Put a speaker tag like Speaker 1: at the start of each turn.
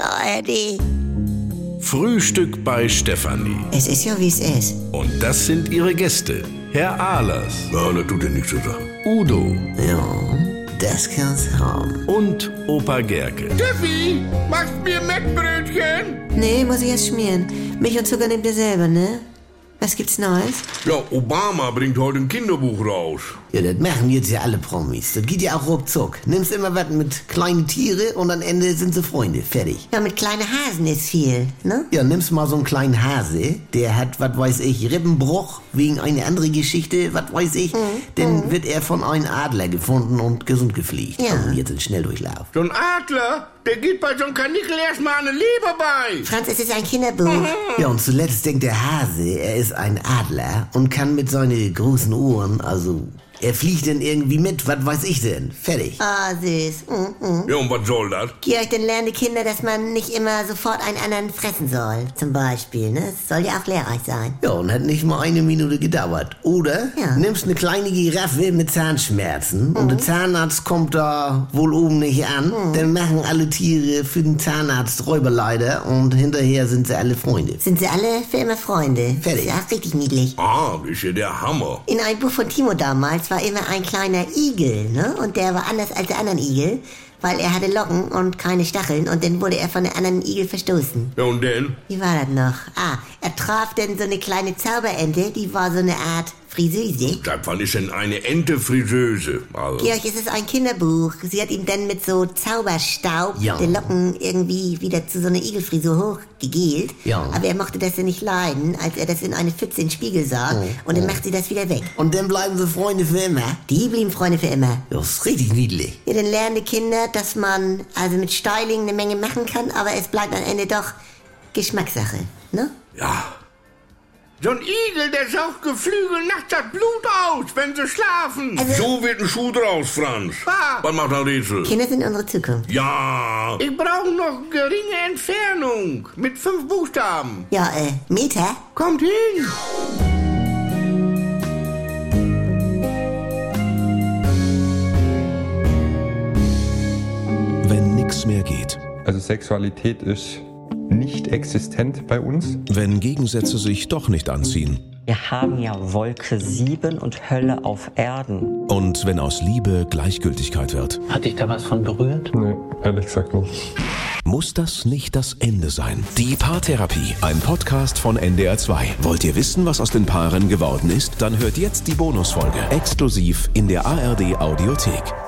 Speaker 1: ARD.
Speaker 2: Frühstück bei Stefanie.
Speaker 1: Es ist ja, wie es ist.
Speaker 2: Und das sind ihre Gäste. Herr Ahlers,
Speaker 3: Ja, das tut dir nichts zu sagen.
Speaker 2: Udo
Speaker 1: Ja, das kann's haben.
Speaker 2: und Opa Gerke.
Speaker 4: Steffi, machst mir Mettbrötchen?
Speaker 1: Nee, muss ich jetzt schmieren. Milch und Zucker nehmt ihr selber, ne? Was gibt's Neues?
Speaker 3: Ja, Obama bringt heute ein Kinderbuch raus.
Speaker 5: Ja, das machen jetzt ja alle Promis. Das geht ja auch ruckzuck. Nimmst immer was mit kleinen Tiere und am Ende sind sie Freunde. Fertig.
Speaker 1: Ja, mit kleinen Hasen ist viel, ne?
Speaker 5: Ja, nimmst mal so einen kleinen Hase, der hat, was weiß ich, Rippenbruch wegen einer anderen Geschichte, was weiß ich. Dann wird er von einem Adler gefunden und gesund gepflegt.
Speaker 1: Ja.
Speaker 5: Also jetzt ein Schnelldurchlauf.
Speaker 4: So ein Adler, der geht bei so einem Kanickel erstmal eine Leber bei.
Speaker 1: Franz, es ist ein Kinderbuch.
Speaker 5: Ja, und zuletzt denkt der Hase, er ist ein Adler und kann mit seinen großen Ohren, also er fliegt dann irgendwie mit, was weiß ich denn. Fertig.
Speaker 1: Ah, süß. Mhm, mhm.
Speaker 3: Hm? Ja, und was soll das?
Speaker 1: Georg, dann lernen die Kinder, dass man nicht immer sofort einen anderen fressen soll. Zum Beispiel, ne? Es soll ja auch lehrreich sein.
Speaker 5: Ja, und hat nicht mal eine Minute gedauert. Oder
Speaker 1: Ja.
Speaker 5: nimmst eine kleine Giraffe mit Zahnschmerzen und der Zahnarzt kommt da wohl oben nicht an. Dann machen alle Tiere für den Zahnarzt Räuberleiter und hinterher sind sie alle Freunde.
Speaker 1: Sind sie alle für immer Freunde?
Speaker 5: Fertig.
Speaker 1: Ist ja auch richtig niedlich.
Speaker 3: Ah, das ist ja der Hammer.
Speaker 1: In einem Buch von Timo damals war immer ein kleiner Igel, ne? Und der war anders als der anderen Igel, weil er hatte Locken und keine Stacheln und dann wurde er von den anderen Igel verstoßen.
Speaker 3: Ja, und denn?
Speaker 1: Wie war das noch? Ah, er traf dann so eine kleine Zauberente, die war so eine Art Friseuse.
Speaker 3: Seit wann ist denn eine Ente Friseuse? Also,
Speaker 1: Georg, es ist ein Kinderbuch. Sie hat ihm dann mit so Zauberstaub
Speaker 5: Ja.
Speaker 1: den Locken irgendwie wieder zu so einer Igelfrisur hochgegelt.
Speaker 5: Ja.
Speaker 1: Aber er mochte das ja nicht leiden, als er das in eine Pfütze in den Spiegel sah.
Speaker 5: Oh,
Speaker 1: Und dann macht sie das wieder weg.
Speaker 5: Und dann bleiben sie Freunde für immer.
Speaker 1: Die blieben Freunde für immer.
Speaker 5: Das ist richtig niedlich.
Speaker 1: Ja, dann lernen die Kinder, dass man also mit Styling eine Menge machen kann, aber es bleibt am Ende doch Geschmackssache, ne?
Speaker 3: ja.
Speaker 4: So ein Igel, der saugt Geflügel nachts das Blut aus, wenn sie schlafen.
Speaker 3: So wird ein Schuh draus, Franz.
Speaker 4: Ah.
Speaker 3: Was macht ein Rätsel?
Speaker 1: Kinder sind unsere Zukunft.
Speaker 3: Ja.
Speaker 4: Ich brauche noch geringe Entfernung mit fünf Buchstaben.
Speaker 1: Ja, äh, Meter?
Speaker 4: Kommt hin.
Speaker 6: Wenn nix mehr geht.
Speaker 7: Also Sexualität ist nicht existent bei uns.
Speaker 6: Wenn Gegensätze sich doch nicht anziehen.
Speaker 8: Wir haben ja Wolke 7 und Hölle auf Erden.
Speaker 6: Und wenn aus Liebe Gleichgültigkeit wird.
Speaker 9: Hat dich da was von berührt?
Speaker 7: Nee, ehrlich gesagt nicht.
Speaker 6: Muss das nicht das Ende sein? Die Paartherapie, ein Podcast von NDR2. Wollt ihr wissen, was aus den Paaren geworden ist? Dann hört jetzt die Bonusfolge exklusiv in der ARD Audiothek.